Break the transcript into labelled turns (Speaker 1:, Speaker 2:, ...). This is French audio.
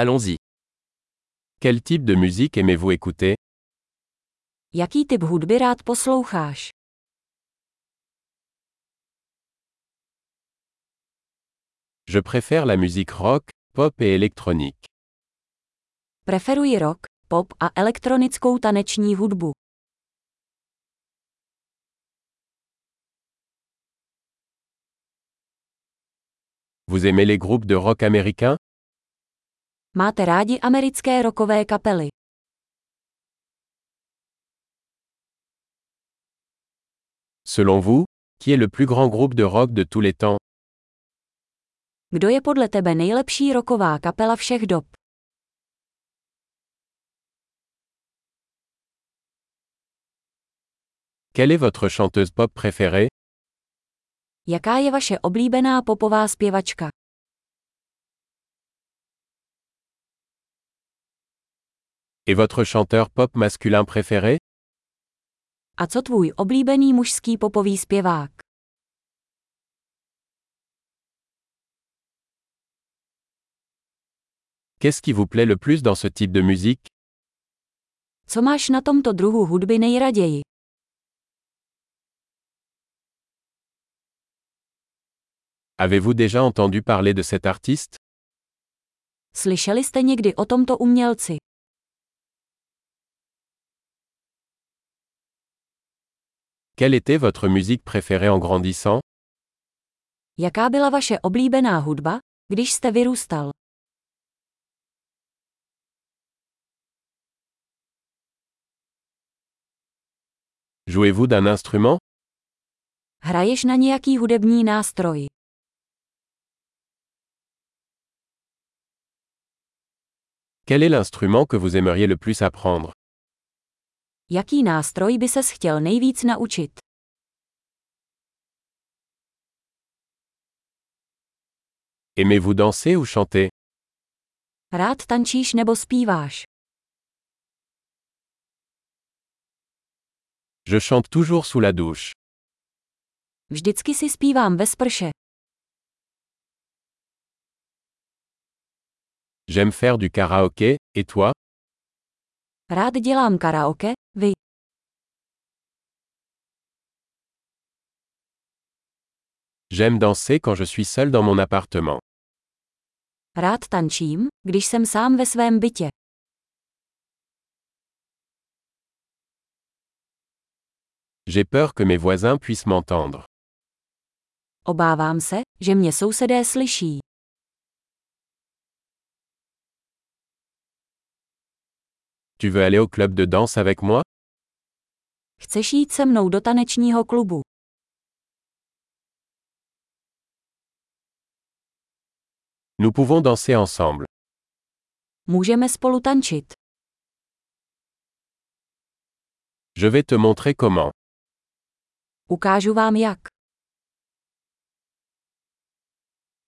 Speaker 1: Allons-y. Quel type de musique aimez-vous écouter
Speaker 2: Jaký typ hudby rád posloucháš?
Speaker 1: Je préfère la musique rock, pop et électronique.
Speaker 2: Preferuji rock, pop a elektronickou taneční hudbu.
Speaker 1: Vous aimez les groupes de rock américains
Speaker 2: Máte rádi americké rockové kapely?
Speaker 1: Selon vous, qui est le plus grand groupe de rock de tous les temps
Speaker 2: Kdo je podle tebe nejlepší roková kapela všech dob?
Speaker 1: Quelle est votre chanteuse pop préférée
Speaker 2: Jaká je vaše oblíbená popová zpěvačka?
Speaker 1: Et votre chanteur pop masculin préféré
Speaker 2: A co tvůj oblíbený mužský popový zpěvák?
Speaker 1: Qu'est-ce qui vous plaît le plus dans ce type de musique
Speaker 2: Co máš na tomto druhu hudby nejraději?
Speaker 1: Avez-vous déjà entendu parler de cet artiste
Speaker 2: Slyšeli jste někdy o tomto umělci?
Speaker 1: Quelle était votre musique préférée en grandissant
Speaker 2: Jaká byla vaše oblíbená hudba, když jste vyrůstal?
Speaker 1: Jouez-vous d'un instrument
Speaker 2: Hraješ na nějaký hudební nástroj?
Speaker 1: Quel est l'instrument que vous aimeriez le plus apprendre
Speaker 2: Jaký nástroj by ses chtěl nejvíc naučit?
Speaker 1: Aimez-vous danser ou chanter
Speaker 2: Rád tančíš nebo zpíváš?
Speaker 1: Je chante toujours sous la douche.
Speaker 2: Vždycky si zpívám ve sprše.
Speaker 1: J'aime faire du karaoké, et toi
Speaker 2: Rád dělám karaoke, vy.
Speaker 1: J'aime danser quand je suis seul dans mon appartement.
Speaker 2: Rád tančím, když jsem sám ve svém bytě.
Speaker 1: J'ai peur que mes voisins puissent m'entendre.
Speaker 2: Obávám se, že mě sousedé slyší.
Speaker 1: Tu veux aller au club de danse avec moi
Speaker 2: Chceš jít se mnou do tanečního klubu?
Speaker 1: Nous pouvons danser ensemble.
Speaker 2: Můžeme spolu tančit.
Speaker 1: Je vais te montrer comment.
Speaker 2: Ukážu vám jak.